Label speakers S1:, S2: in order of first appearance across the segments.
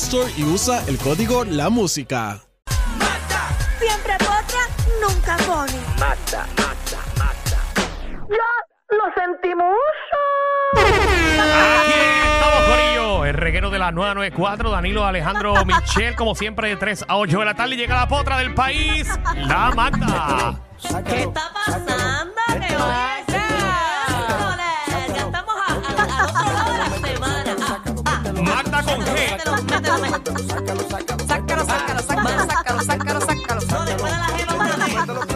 S1: Store y usa el código La Música.
S2: Siempre potra, nunca pone.
S3: Aquí estamos, Corillo. El reguero de la 994, Danilo Alejandro Michel, como siempre, de 3 a 8 de la tarde. Llega la potra del país, la Magda.
S2: ¿Qué está
S4: Ah,
S2: pasando, Rebeca? Ya estamos a- a- al otro lado de la semana. Ah, ah.
S3: Magda con G.
S2: Mételo, mételo, mételo.
S4: Sácalo, sácalo, sácalo, sácalo, sácalo, sácalo.
S2: No, después de la G va una D.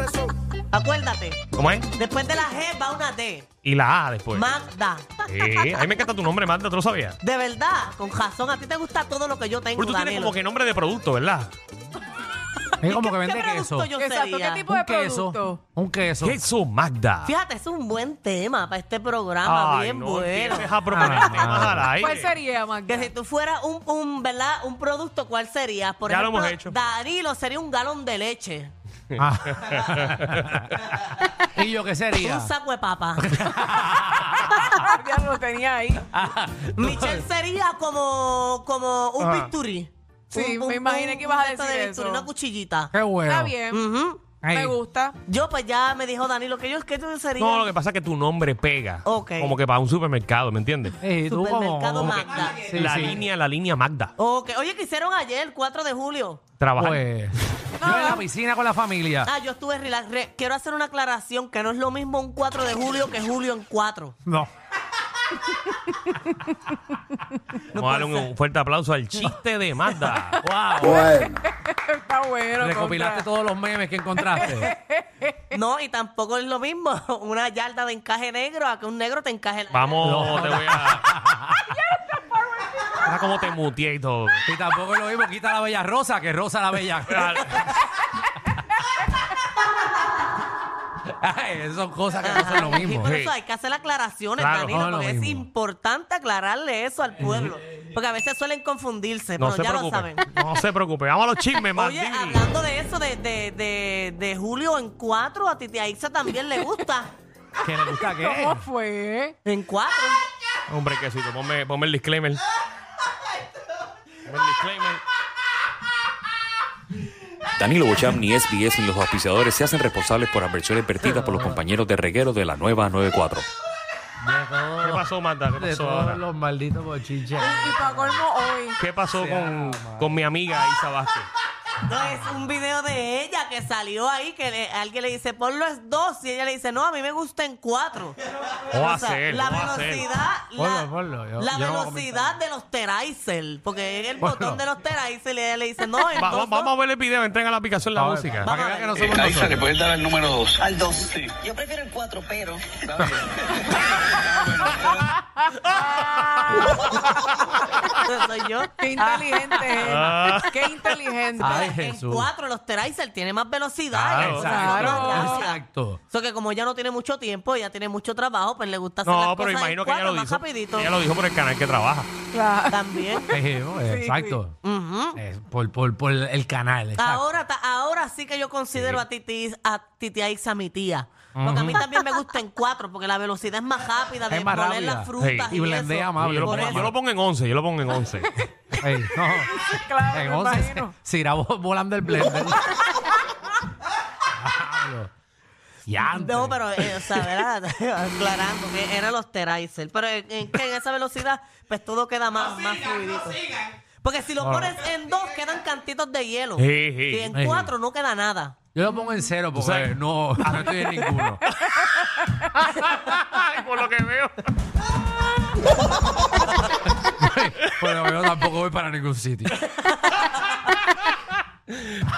S2: Acuérdate,
S3: ¿Cómo es?
S2: después de la G va una D.
S3: Y la A después.
S2: Magda.
S3: Eh, a mí me encanta tu nombre, Magda, tú lo sabías.
S2: De verdad, con razón, a ti te gusta todo lo que yo tengo,
S3: Pero tú tienes
S2: Danilo.
S3: como que nombre de producto, ¿verdad?
S5: Es como que
S2: ¿Qué
S5: vende
S2: producto
S5: queso.
S2: yo
S4: Exacto, ¿qué
S2: sería?
S4: tipo de
S5: Un queso.
S4: producto?
S5: Un queso.
S3: Queso Magda.
S2: Fíjate, es un buen tema para este programa, bien bueno. Ah.
S3: empieces a proponer temas al aire.
S4: ¿Cuál sería,
S2: Que
S4: Magda?
S2: si tú fueras un, un, ¿verdad? un producto, ¿cuál sería? Por
S3: Ya lo
S2: ejemplo,
S3: hemos hecho.
S2: Danilo sería un galón de leche.
S5: Ah. ¿Y yo qué sería?
S2: Un saco de papa.
S4: Ya lo tenía ahí.
S5: Ah,
S2: Michelle sería como, como un
S3: Ajá.
S2: bisturí.
S4: Sí, me imaginé que ibas a
S2: de esto
S4: decir
S2: de bisturí,
S4: eso.
S2: Una cuchillita.
S5: qué bueno.
S4: Está bien.
S2: Ujú.
S5: Ahí.
S4: Me gusta.
S2: Yo pues ya me dijo Danilo que yo es que tú serías
S3: No, lo que pasa es que tu nombre pega.
S2: Ok.
S3: Como que para un supermercado, ¿me entiendes?
S5: Eh, tú como-
S2: Supermercado
S5: como que-
S2: Magda.
S5: Sí,
S3: la
S5: sí.
S3: línea, la línea Magda.
S2: Ok, Oye, que hicieron ayer, el 4 de julio.
S3: Trabajar.
S5: Pues, yo
S4: Ah.
S5: en la piscina con la familia.
S2: Ah, yo estuve relax. Re- Quiero hacer una aclaración que no es lo mismo un 4 de julio que julio en 4.
S5: No.
S3: Vamos a darle un, un fuerte aplauso al chiste de Magda.
S5: Wow.
S6: Bueno,
S4: Está bueno.
S5: Recopilaste
S4: contra.
S5: todos los memes que encontraste.
S2: No, y tampoco es lo mismo una yarda de encaje negro a que un negro te encaje la
S3: Vamos, te voy a. Ahora como te muteé y todo.
S5: y tampoco es lo mismo, quita la bella rosa, que rosa la bella. Ay, esas son cosas que no son lo
S2: Y
S5: mismo.
S2: por eso hay que hacer aclaraciones,
S3: Claro,
S2: Danilo,
S5: no es lo
S2: porque es
S5: mismo.
S2: importante aclararle eso al pueblo. Porque a veces suelen confundirse,
S3: No
S2: pero
S3: se
S2: ya lo
S3: preocupe.
S2: saben.
S3: No se preocupe. Vamos a los chismes,
S2: Oye,
S3: Mandibli.
S2: hablando de eso, de, de, de, de Julio en cuatro, a Titi Aixa también le gusta.
S5: ¿Que le gusta qué?
S4: ¿Cómo fue?
S2: En cuatro.
S3: Hombre, quesito, ponme, ponme el disclaimer. Ponme el disclaimer.
S7: Danilo Bocham, ni SBS ni los auspiciadores se hacen responsables por adversiones vertidas por los compañeros de reguero de la nueva 94.
S3: ¿Qué pasó, Magda? ¿Qué
S5: De
S3: pasó
S5: todos
S3: ahora?
S5: los malditos bochiches.
S4: Y para colmo hoy.
S3: ¿Qué pasó con, con mi amiga Isa Vázquez?
S2: No, es un video de ella que salió ahí, que le- alguien le dice, ponlo es dos, y ella le dice, no, a mí me gusta en cuatro.
S3: ¿Cómo va a ser?
S2: la
S3: ¿Cómo va a ser?
S2: velocidad, la,
S5: Ponlo, ponlo, yo-
S2: la
S5: yo no voy a
S2: velocidad de los Teraiser, porque es el
S5: Ponlo.
S2: botón de los Teraiser, y ella le dice, no, en
S3: Va- va-
S2: dos,
S3: vamos a ver el video, entren a la aplicación la
S5: Vamos a ver,
S3: música.
S5: vamos
S3: Para
S2: a
S3: que vean que no
S2: ver.
S3: somos
S8: Ahí se
S3: nosotros.
S8: le puedes dar el número 2.
S9: Al 2. Yo prefiero el 4, pero.
S2: dos, soy yo.
S4: Qué inteligente es.
S3: Ah.
S4: Qué inteligente.
S5: Ay,
S2: En
S5: Jesús.
S2: cuatro, los Teraiser tienen más velocidad.
S3: Claro,
S4: Claro.
S5: Exacto. Exacto.
S2: So que como ella no tiene mucho tiempo, ella tiene mucho trabajo, pues le gusta hacer las
S3: No, pero
S2: cosas en
S3: imagino que ella
S2: cuatro,
S3: lo
S2: más
S3: dijo.
S2: rapidito.
S3: Ella lo dijo por el canal que trabaja.
S4: Claro.
S2: También.
S5: Ejeo, eh,
S4: Sí,
S5: Exacto.
S2: Ujú.
S5: Eh, por, por, por el canal. exacto.
S2: Ahora, ta- ahora sí que yo considero a Titi, a Titi Aixa mi tía. Porque a mí también me gusta en cuatro, porque la velocidad es más rápida de
S5: Es más
S2: moler
S5: rápida.
S2: las frutas.
S3: Sí.
S5: y blendea
S2: eso.
S5: más.
S3: yo, lo
S2: por
S3: pongo,
S2: eso.
S3: yo lo pongo en 11, yo lo pongo en 11.
S5: Ey, no.
S4: Claro,
S5: en
S4: me
S5: 11 se-
S4: imagino.
S5: se irá vo- volando el blender. Diablo. Ya.
S2: No, pero, eh, o sea, ¿verdad? Aclarando, que eran los Terizer. Pero en, en- que en esa velocidad, pues todo queda más, más fluidito. Porque si lo
S5: No.
S2: pones en dos, quedan cantitos de hielo.
S3: Sí, sí.
S2: Y en
S5: Sí.
S2: cuatro no queda nada.
S5: Yo lo pongo en cero porque
S3: sabes-
S5: no, no estoy en ninguno.
S3: Ay, por lo que veo.
S5: Pero yo tampoco voy para ningún sitio.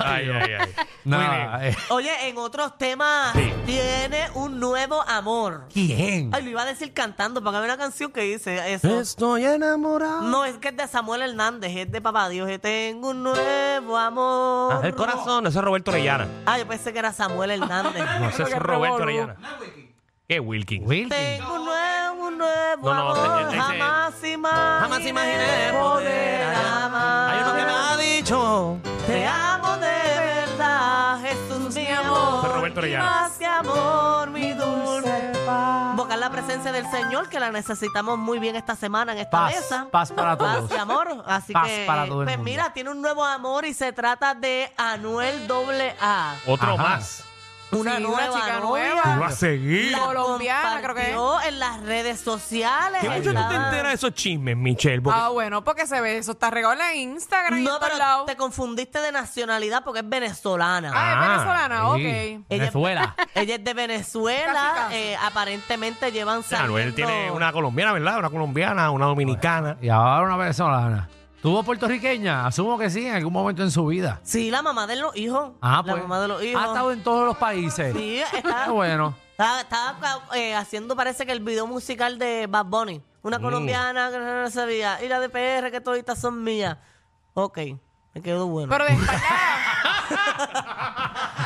S3: Ay, ay, ay.
S5: No,
S3: Muy bien.
S5: eh,
S2: Oye, en otros temas,
S3: Sí.
S2: tiene un nuevo amor.
S5: ¿Quién?
S2: Ay, lo iba a decir cantando, porque hay una canción que dice eso.
S5: Estoy enamorado.
S2: No, es que es de Samuel Hernández, es de Papá Dios. que Tengo un nuevo amor.
S3: Ah, el corazón, eso es Roberto Orellana.
S2: Ah, yo pensé que era Samuel Hernández.
S3: No, eso es Roberto Orellana. ¿Qué Wilkin?
S2: Tengo un nuevo, un
S3: No,
S2: nuevo
S3: no,
S2: amor.
S3: señor, dice-
S2: jamás imaginé. poder amar.
S9: dicho.
S2: Te amo de verdad, Jesús mi amor.
S3: Fue Roberto
S2: mi
S3: Orellana.
S2: más que amor, mi dulce paz. Invocar la presencia del Señor, que la necesitamos muy bien esta semana en esta
S5: Paz,
S2: mesa.
S5: paz para todos.
S2: Paz y amor. Así
S5: Paz
S2: que,
S5: para todo el
S2: pues
S5: mundo.
S2: mira, tiene un nuevo amor y se trata de Anuel AA.
S3: Otro
S5: Ajá.
S3: más.
S2: Una
S4: Sí,
S2: nueva
S4: una chica
S2: novia.
S4: nueva.
S3: a seguir.
S2: La
S4: Colombiana, creo que es.
S2: compartió en las redes sociales.
S3: ¿Qué mucho tú
S2: ¿verdad?
S3: te enteras de esos chismes, Michelle? Porque-
S4: Ah, bueno, porque se ve eso. Está regado en Instagram y
S2: No,
S4: en
S2: pero
S4: todos lados.
S2: te confundiste de nacionalidad porque es venezolana.
S4: Ah, es venezolana,
S5: sí.
S4: ok.
S5: Venezuela.
S2: Ella es de Venezuela,
S4: Casi, casi.
S2: eh, aparentemente llevan saliendo...
S3: Anuel tiene una colombiana, ¿verdad? Una colombiana, una dominicana.
S5: Y ahora una venezolana. ¿Tuvo puertorriqueña? Asumo que sí, en algún momento en su vida.
S2: Sí, la mamá de los hijos.
S5: Ah,
S2: la
S5: pues.
S2: mamá de los hijos.
S5: Ha estado en todos los países.
S2: Sí,
S5: Qué
S2: está,
S5: bueno.
S2: está- está, eh, haciendo parece que el video musical de Bad Bunny. Una colombiana que no sabía. Y la de PR que toditas son mías. Ok, me quedó bueno.
S4: Pero de España.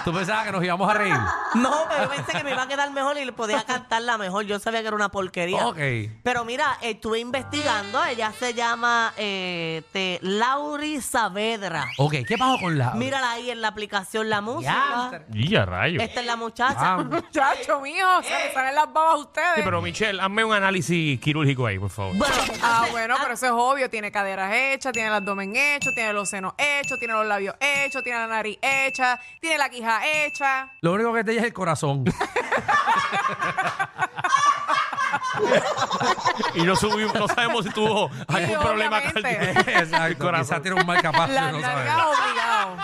S5: ¿Tú pensabas que nos íbamos a reír?
S2: No, pero yo pensé que me iba a quedar mejor y le podía cantarla mejor. Yo sabía que era una porquería.
S5: Ok.
S2: Pero mira, estuve investigando. Ella se llama eh, este, Lauri Saavedra.
S5: Ok, ¿qué pasó con la?
S2: Mírala ahí en la aplicación La Música.
S5: Diantre.
S3: Y a rayos.
S2: Esta es la muchacha.
S5: Vamos.
S4: Chacho, mijo, se le salen las babas a ustedes.
S3: Sí, pero Michelle, hazme un análisis quirúrgico ahí, por favor.
S2: Bueno,
S4: Ah,
S2: hace-
S4: bueno, pero eso es obvio. Tiene caderas hechas, tiene el abdomen hecho, tiene los senos hechos, tiene los labios hechos, tiene la nariz hecha, tiene la quija hecha.
S5: Lo único que te llega es el corazón.
S3: Y no, subimos, no sabemos si tuvo algún problema
S4: obviamente.
S3: cardíaco. El
S5: Exacto.
S3: corazón.
S5: Quizás tiene un mal
S3: Ah,
S5: capaz,
S4: La
S5: no
S4: nalga
S5: sabemos.
S4: obligado.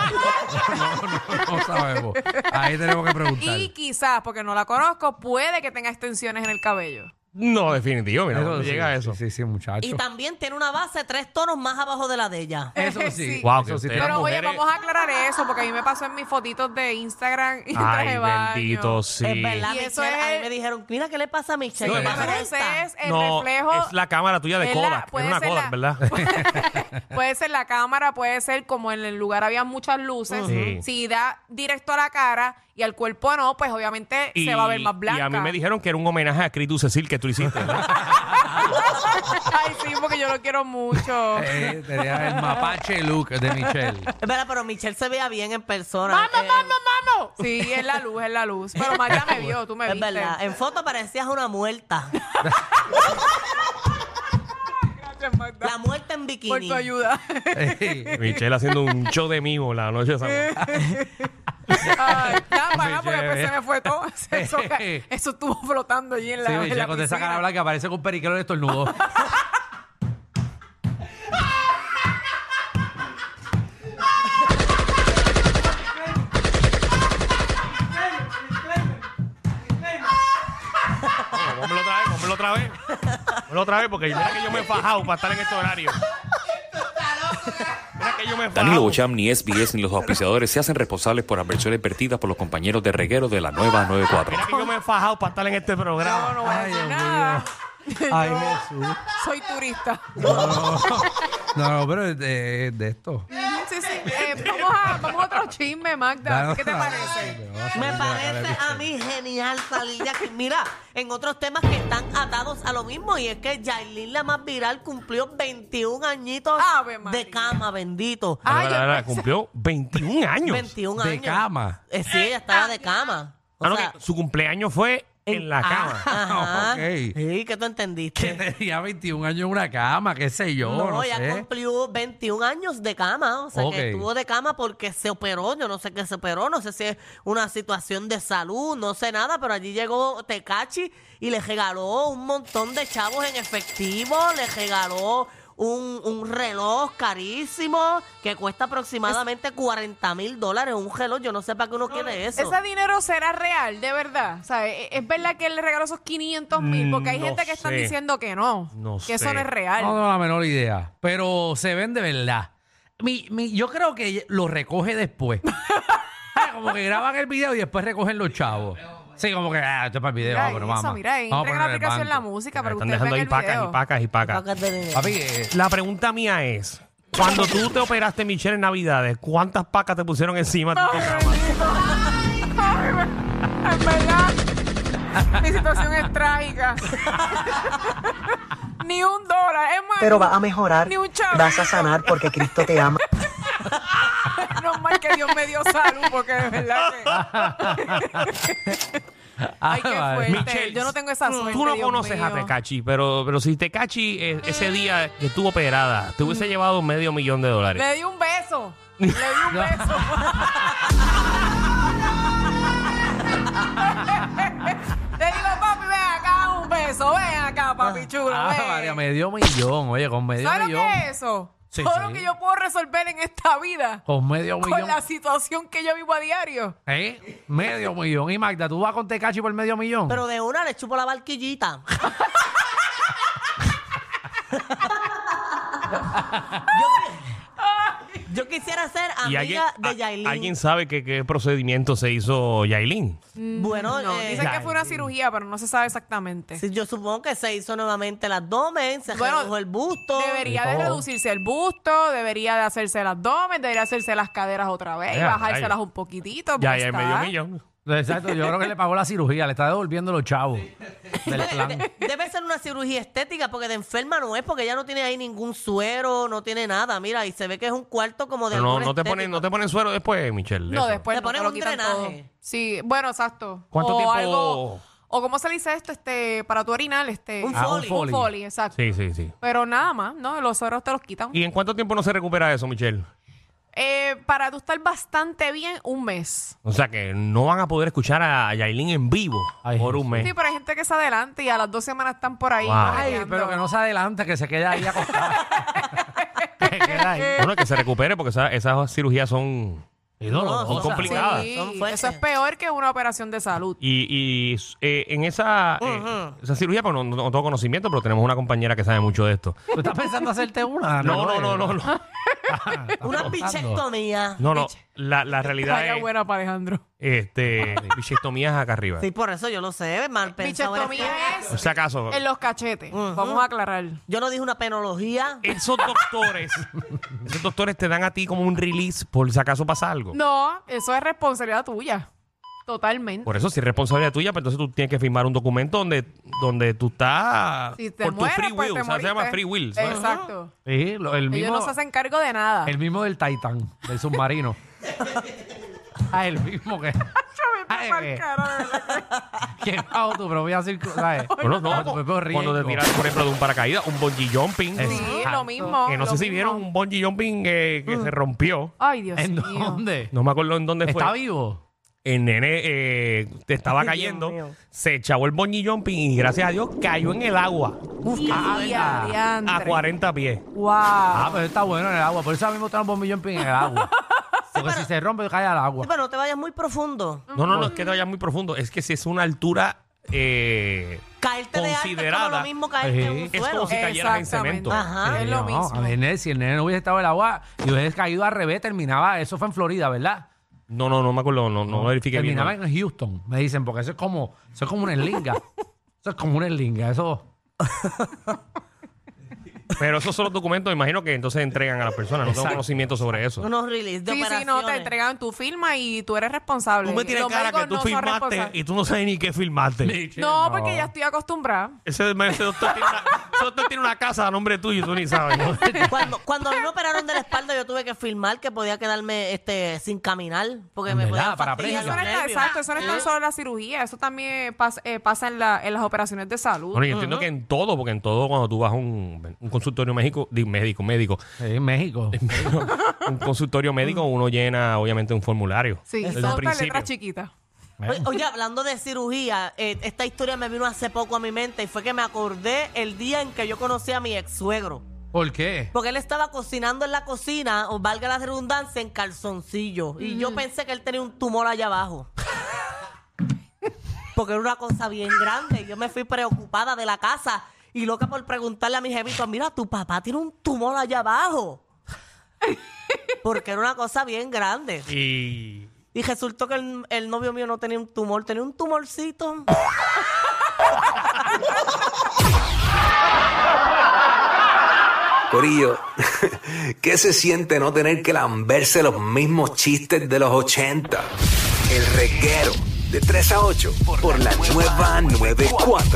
S5: No, no, no sabemos. Ahí tenemos que preguntar.
S4: Y quizás, porque no la conozco, puede que tenga extensiones en el cabello.
S3: No, definitivo, mira, ¿dónde
S5: sí,
S3: llega eso.
S5: Sí, sí, muchachos.
S2: y también tiene una base tres tonos más abajo de la de ella.
S5: Eso sí.
S4: Sí.
S3: Guau,
S5: eso
S3: que
S5: sí.
S3: ustedes-
S5: tenemos-
S4: Pero oye,
S3: mujeres-
S4: vamos a aclarar eso, porque a mí me pasó en mis fotitos de Instagram y traje
S3: Ay,
S4: baño.
S3: bendito, sí.
S2: Es verdad,
S4: Y eso
S2: Michelle. A mí
S4: es-
S2: me dijeron, mira qué le pasa a Michelle.
S4: Lo
S3: No,
S4: que
S2: ¿Qué
S3: es-
S4: pasa
S2: pasa
S4: es que
S2: esta?
S4: ese es el
S3: no,
S4: reflejo.
S3: es la cámara tuya de
S4: es la-
S3: Kodak.
S4: puede
S3: es una
S4: ser
S3: Kodak,
S4: la-
S3: ¿verdad?
S4: Puede ser la cámara, puede ser como en el lugar había muchas luces.
S3: Sí.
S4: Si da directo a la cara y al cuerpo no, pues obviamente se va a ver más blanca.
S3: Y a mí me dijeron que era un homenaje a Cristo Cecil que tú hiciste.
S4: Ay, sí, porque yo lo quiero mucho.
S5: Eh, tenía el mapache look de Michelle.
S2: Es verdad, pero Michelle se veía bien en persona.
S4: ¡Vamos,
S2: Eh,
S4: vamos, vamos! Sí, es la luz, es la luz. Pero María me vio, tú me
S2: Es
S4: viste.
S2: verdad, en foto parecías una muerta.
S4: Gracias, Magda,
S2: La muerta en bikini.
S4: por tu ayuda.
S5: Eh,
S3: Michelle haciendo un show de mimo la noche de San Juan.
S4: Ay, nada, para, porque
S5: Michelle.
S4: después se me fue todo. Eso, ca- eso estuvo flotando allí en la,
S5: sí,
S4: en la
S5: Michelle, con esa
S4: piscina.
S5: cara blanca parece con periquero de estornudo.
S3: Bueno, Pónmelo otra vez, pónmelo otra vez. Pónmelo otra vez porque mira que yo me he fajado para estar en este horario. Mira que yo me he
S7: Danilo
S3: fajado.
S7: Bocham, ni SBS, ni los auspiciadores se hacen responsables por adversiones vertidas por los compañeros de reguero de la nueva 94.
S3: Mira que yo me he fajado para estar en este
S4: No,
S3: programa.
S4: no voy a
S5: Ay,
S4: decir
S5: Dios
S4: nada.
S5: Ay, Jesús.
S4: Soy turista.
S5: No, no, pero es de, es de esto.
S4: Sí, sí. Eh, vamos, a, vamos a otro chisme, Magda. ¿Qué te parece?
S2: Me parece a mí genial salir de aquí. Mira, en otros temas que están atados a lo mismo, y es que Yailin, la más viral, cumplió 21 añitos
S4: Ave María.
S2: de cama, bendito.
S4: Ah,
S3: Ahora,
S4: yo
S3: ahora,
S4: pensé-
S3: cumplió 21 años.
S2: 21
S5: De
S2: años.
S5: cama.
S2: Eh, sí, ella estaba de cama. O
S3: Ah, no,
S2: sea,
S3: que su cumpleaños fue en
S4: ah,
S3: la cama.
S2: Ajá.
S5: Ok.
S2: Ah, Sí, que tú entendiste.
S5: Que tenía 21 años en una cama, qué sé yo.
S2: No,
S5: No,
S2: ella
S5: sé.
S2: cumplió estuvo 21 años de cama, o sea,
S5: Ok.
S2: que estuvo de cama porque se operó, yo no sé qué se operó, no sé si es una situación de salud, no sé nada, pero allí llegó Tecachi y le regaló un montón de chavos en efectivo, le regaló un, un reloj carísimo que cuesta aproximadamente 40 mil dólares, un reloj, yo no sé para qué uno quiere eso.
S4: Ese dinero será real, de verdad. ¿Sabe? e, ¿Es verdad que él le regaló esos 500 mil?
S3: Mm,
S4: Porque hay
S3: no
S4: gente que están
S3: sé.
S4: diciendo que no.
S3: No
S4: que eso
S3: sé.
S4: no es real.
S5: No tengo la menor idea. Pero se ven de verdad. Mi- mi- yo creo que lo recoge después. Ah, como que graban el video y después recogen los chavos. Sí, como que, ah, esto es para el video.
S4: Mira
S5: ah, pero
S4: eso,
S5: mamá.
S4: mira ahí,
S5: Vamos a
S4: entrega la
S5: poner el
S4: aplicación
S5: banco.
S4: la música para que
S3: Están
S4: ustedes vean
S3: dejando ahí
S4: el
S3: pacas
S4: video.
S3: y pacas y pacas.
S2: Para que te diga.
S5: Papi, eh,
S3: La pregunta mía es, cuando tú te operaste, Michelle, en Navidades, ¿cuántas pacas te pusieron encima de tu cama?
S4: Ay, en verdad, mi situación es trágica. ni un dólar, es más.
S9: Pero va a mejorar.
S4: Ni un chavito.
S9: Vas a sanar porque Cristo te ama.
S4: Menos mal que Dios me dio salud, porque de verdad que. Ay, qué
S5: ah,
S4: fuerte.
S3: Michelle, mm,
S4: Yo no tengo esa suerte.
S3: Tú no
S4: Dios
S3: conoces a
S4: mío.
S3: Tecachi, pero, pero si Tecachi eh, ese día que estuvo operada te
S4: Mm.
S3: hubiese llevado medio millón de dólares.
S4: Le di un beso. Le di un beso. Le digo, papi, ven acá, un beso. Ven acá, papi chulo.
S5: ah,
S4: ven.
S5: María, medio millón. Oye, con medio
S4: ¿Sabes lo
S5: millón.
S4: que es eso?
S5: Sí,
S4: Todo
S5: sí.
S4: lo que yo puedo resolver en esta vida
S5: Con medio
S4: con
S5: millón.
S4: la situación que yo vivo a diario.
S5: ¿Eh? Medio millón. Y Magda, ¿tú vas con Tecachi por medio millón?
S2: Pero de una le chupo la barquillita. yo, qui- yo quisiera ser
S3: Y
S2: amiga
S3: alguien,
S2: de
S3: a-
S2: Yailin.
S3: ¿Alguien sabe que- qué procedimiento se hizo Yailin?
S2: Bueno,
S4: No,
S2: eh,
S4: dicen que fue una cirugía, pero no se sabe exactamente.
S2: sí, yo supongo que se hizo nuevamente el abdomen, se
S4: Bueno,
S2: redujo el busto.
S4: Debería
S5: Sí,
S4: de
S5: todo.
S4: reducirse el busto, debería de hacerse el abdomen, debería hacerse las caderas otra vez, y
S3: Ya,
S4: bajárselas
S3: rayos.
S4: un poquitito. porque
S3: Ya, ya,
S4: está-
S3: medio millón.
S5: Exacto, yo creo que le pagó la cirugía, le está devolviendo los chavos del plan.
S2: Debe, de- debe ser una cirugía estética porque de enferma no es, porque ella no tiene ahí ningún suero, no tiene nada. Mira, y se ve que es un cuarto como de.
S3: Pero no,
S2: algún
S3: no te ponen,
S2: estético.
S3: no te ponen suero después, Michelle.
S4: No,
S3: eso.
S4: después
S2: Le
S4: no,
S2: ponen
S4: te lo
S2: un
S4: quitan
S2: drenaje.
S4: todo. Sí, bueno, exacto.
S3: ¿Cuánto
S4: o
S3: tiempo-
S4: Algo, o cómo se le dice esto, este, para tu orinal, este.
S2: Un
S5: Ah, un
S2: folio.
S5: folio.
S4: Un Foley, exacto.
S3: Sí, sí, sí.
S4: Pero nada más, ¿no? Los sueros te los quitan.
S3: ¿Y en cuánto tiempo no se recupera eso, Michelle?
S4: Eh, para tú estar bastante bien, un mes.
S3: O sea que no van a poder escuchar a Yailin en vivo
S5: Ay,
S3: por un
S5: Jesús.
S3: mes.
S4: Sí, pero hay gente que se adelanta y a las dos semanas están por ahí.
S3: Wow.
S5: Ay,
S4: cojeando.
S5: pero que no se adelante, que se quede ahí acostado. que se queda ahí.
S3: Bueno, que se recupere porque esa- esas cirugías son...
S5: Y no,
S2: No,
S5: no,
S2: son
S5: no.
S3: son
S4: Sí,
S3: complicadas.
S2: Son fuertes.
S4: eso es peor que una operación de salud.
S3: Y, y eh, en esa, eh,
S2: Ujú.
S3: esa cirugía, pues no, no- no tengo conocimiento, pero tenemos una compañera que sabe mucho de esto.
S5: ¿Tú estás pensando hacerte
S4: Ah,
S5: una?
S3: No, no, no, no. No,
S2: Una pichectomía.
S3: no, no. La, la realidad
S4: Vaya
S3: es
S4: buena para Alejandro.
S3: este, bichectomías acá arriba.
S2: Sí, por eso yo lo sé,
S4: Eh,
S2: mal pensado. eres
S4: Bichectomía
S3: O
S4: es
S3: sea, acaso,
S4: en los cachetes. Vamos a aclarar.
S2: tú. Yo no dije una penología.
S3: esos doctores, esos doctores te dan a ti como un release por si acaso pasa algo.
S4: No, eso es responsabilidad tuya. Totalmente.
S3: Por eso, si es responsabilidad tuya, pues entonces tú tienes que firmar un documento donde, donde tú estás
S4: si te
S3: por
S4: mueres,
S3: tu free
S4: pues
S3: will.
S4: te
S3: o sea, se llama
S4: moriste.
S3: free will. ¿sabes?
S4: Exacto.
S5: Sí, lo- el
S4: Ellos
S5: mismo,
S4: no se hacen cargo de nada.
S5: el mismo del Titan, del submarino. ah, el mismo que... Ay, que- que bajo tu propia circunstancia.
S3: Bueno, no,
S5: tu propio riesgo.
S3: cuando te tiras, por ejemplo, de un paracaídas, un bungee jumping.
S5: Sí,
S4: Sí,
S5: Exacto.
S4: lo mismo.
S3: Que no sé
S4: lo
S3: si
S4: mismo.
S3: vieron un bungee jumping eh, que se rompió.
S4: Ay, Dios
S5: ¿En
S4: mío.
S5: dónde?
S3: No me acuerdo en dónde fue.
S5: ¿Está vivo?
S3: El nene eh, te estaba
S2: Ay, Dios
S3: cayendo,
S2: mío.
S3: se echó el bungee jumping y gracias a Dios cayó en el agua
S4: Y adiantre.
S3: a 40 pies.
S4: Wow.
S5: Ah, pero está bueno en el agua. Por eso a mí me gusta un bombillo en pin en el agua. Porque si se rompe, cae al agua.
S2: Sí, pero no te vayas muy profundo.
S3: No, no, no, es que te vayas muy profundo. Es que si es una altura eh,
S2: Caerte de alto es como
S3: Considerada.
S2: lo mismo caerte en
S5: Sí.
S2: un
S3: es
S2: suelo.
S3: como si cayeras en
S4: Exactamente.
S3: cemento.
S2: Ajá.
S5: Sí,
S4: es lo
S5: no,
S4: mismo.
S5: A ver, nene, si el nene no hubiese estado en el agua y hubiese caído al revés, terminaba. Eso fue en Florida, ¿verdad?
S3: No, no, no me acuerdo, no, no, verifiqué bien.
S5: Terminaba
S3: no.
S5: en Houston, me dicen, porque eso es como, eso es como una eslinga. eso es como una eslinga, eso.
S3: Pero esos son los documentos, imagino que entonces entregan a las personas. No tengo conocimiento sobre eso.
S2: Unos release de
S4: Sí,
S2: operaciones.
S4: sí, no, te entregaron tu firma y tú eres responsable. Los médicos no son responsables.
S3: tú no sabes ni qué filmaste.
S4: No, porque ya estoy acostumbrada.
S3: Ese, ese doctor tiene una, Soto tiene una casa a nombre tuyo, tú ni sabes. ¿no?
S2: Cuando, cuando a mí me operaron de la espalda, yo tuve que filmar que podía quedarme este sin caminar. Porque me
S5: ¿Verdad?
S2: podía
S5: Parapléjico.
S4: Eso no es,
S2: nervios.
S4: exacto, eso no
S3: ¿Eh?
S4: es tan solo en la cirugía, eso también pasa, eh, pasa en, la- en las operaciones de salud.
S3: Bueno, yo entiendo que en todo, porque en todo, cuando tú vas a un, un consultorio médico, di- médico, médico,
S5: En México.
S3: un consultorio médico, uno llena obviamente un formulario.
S4: Sí,
S3: Desde
S4: y
S3: un
S4: son otras
S3: principio.
S4: letras chiquitas.
S2: Oye, oye, hablando de cirugía, eh, esta historia me vino hace poco a mi mente y fue que me acordé el día en que yo conocí a mi ex suegro.
S5: ¿Por qué?
S2: Porque él estaba cocinando en la cocina, o valga la redundancia, en calzoncillo. Y yo pensé que él tenía un tumor allá abajo. Porque era una cosa bien grande. Yo me fui preocupada de la casa y loca por preguntarle a mi jevito, mira, tu papá tiene un tumor allá abajo. Porque era una cosa bien grande.
S3: Y
S2: Y resultó que el, el novio mío no tenía un tumor, tenía un tumorcito.
S6: Corillo, ¿qué se siente no tener que lamberse los mismos chistes de los 80? El reguero de 3 a 8 por la nueva 94.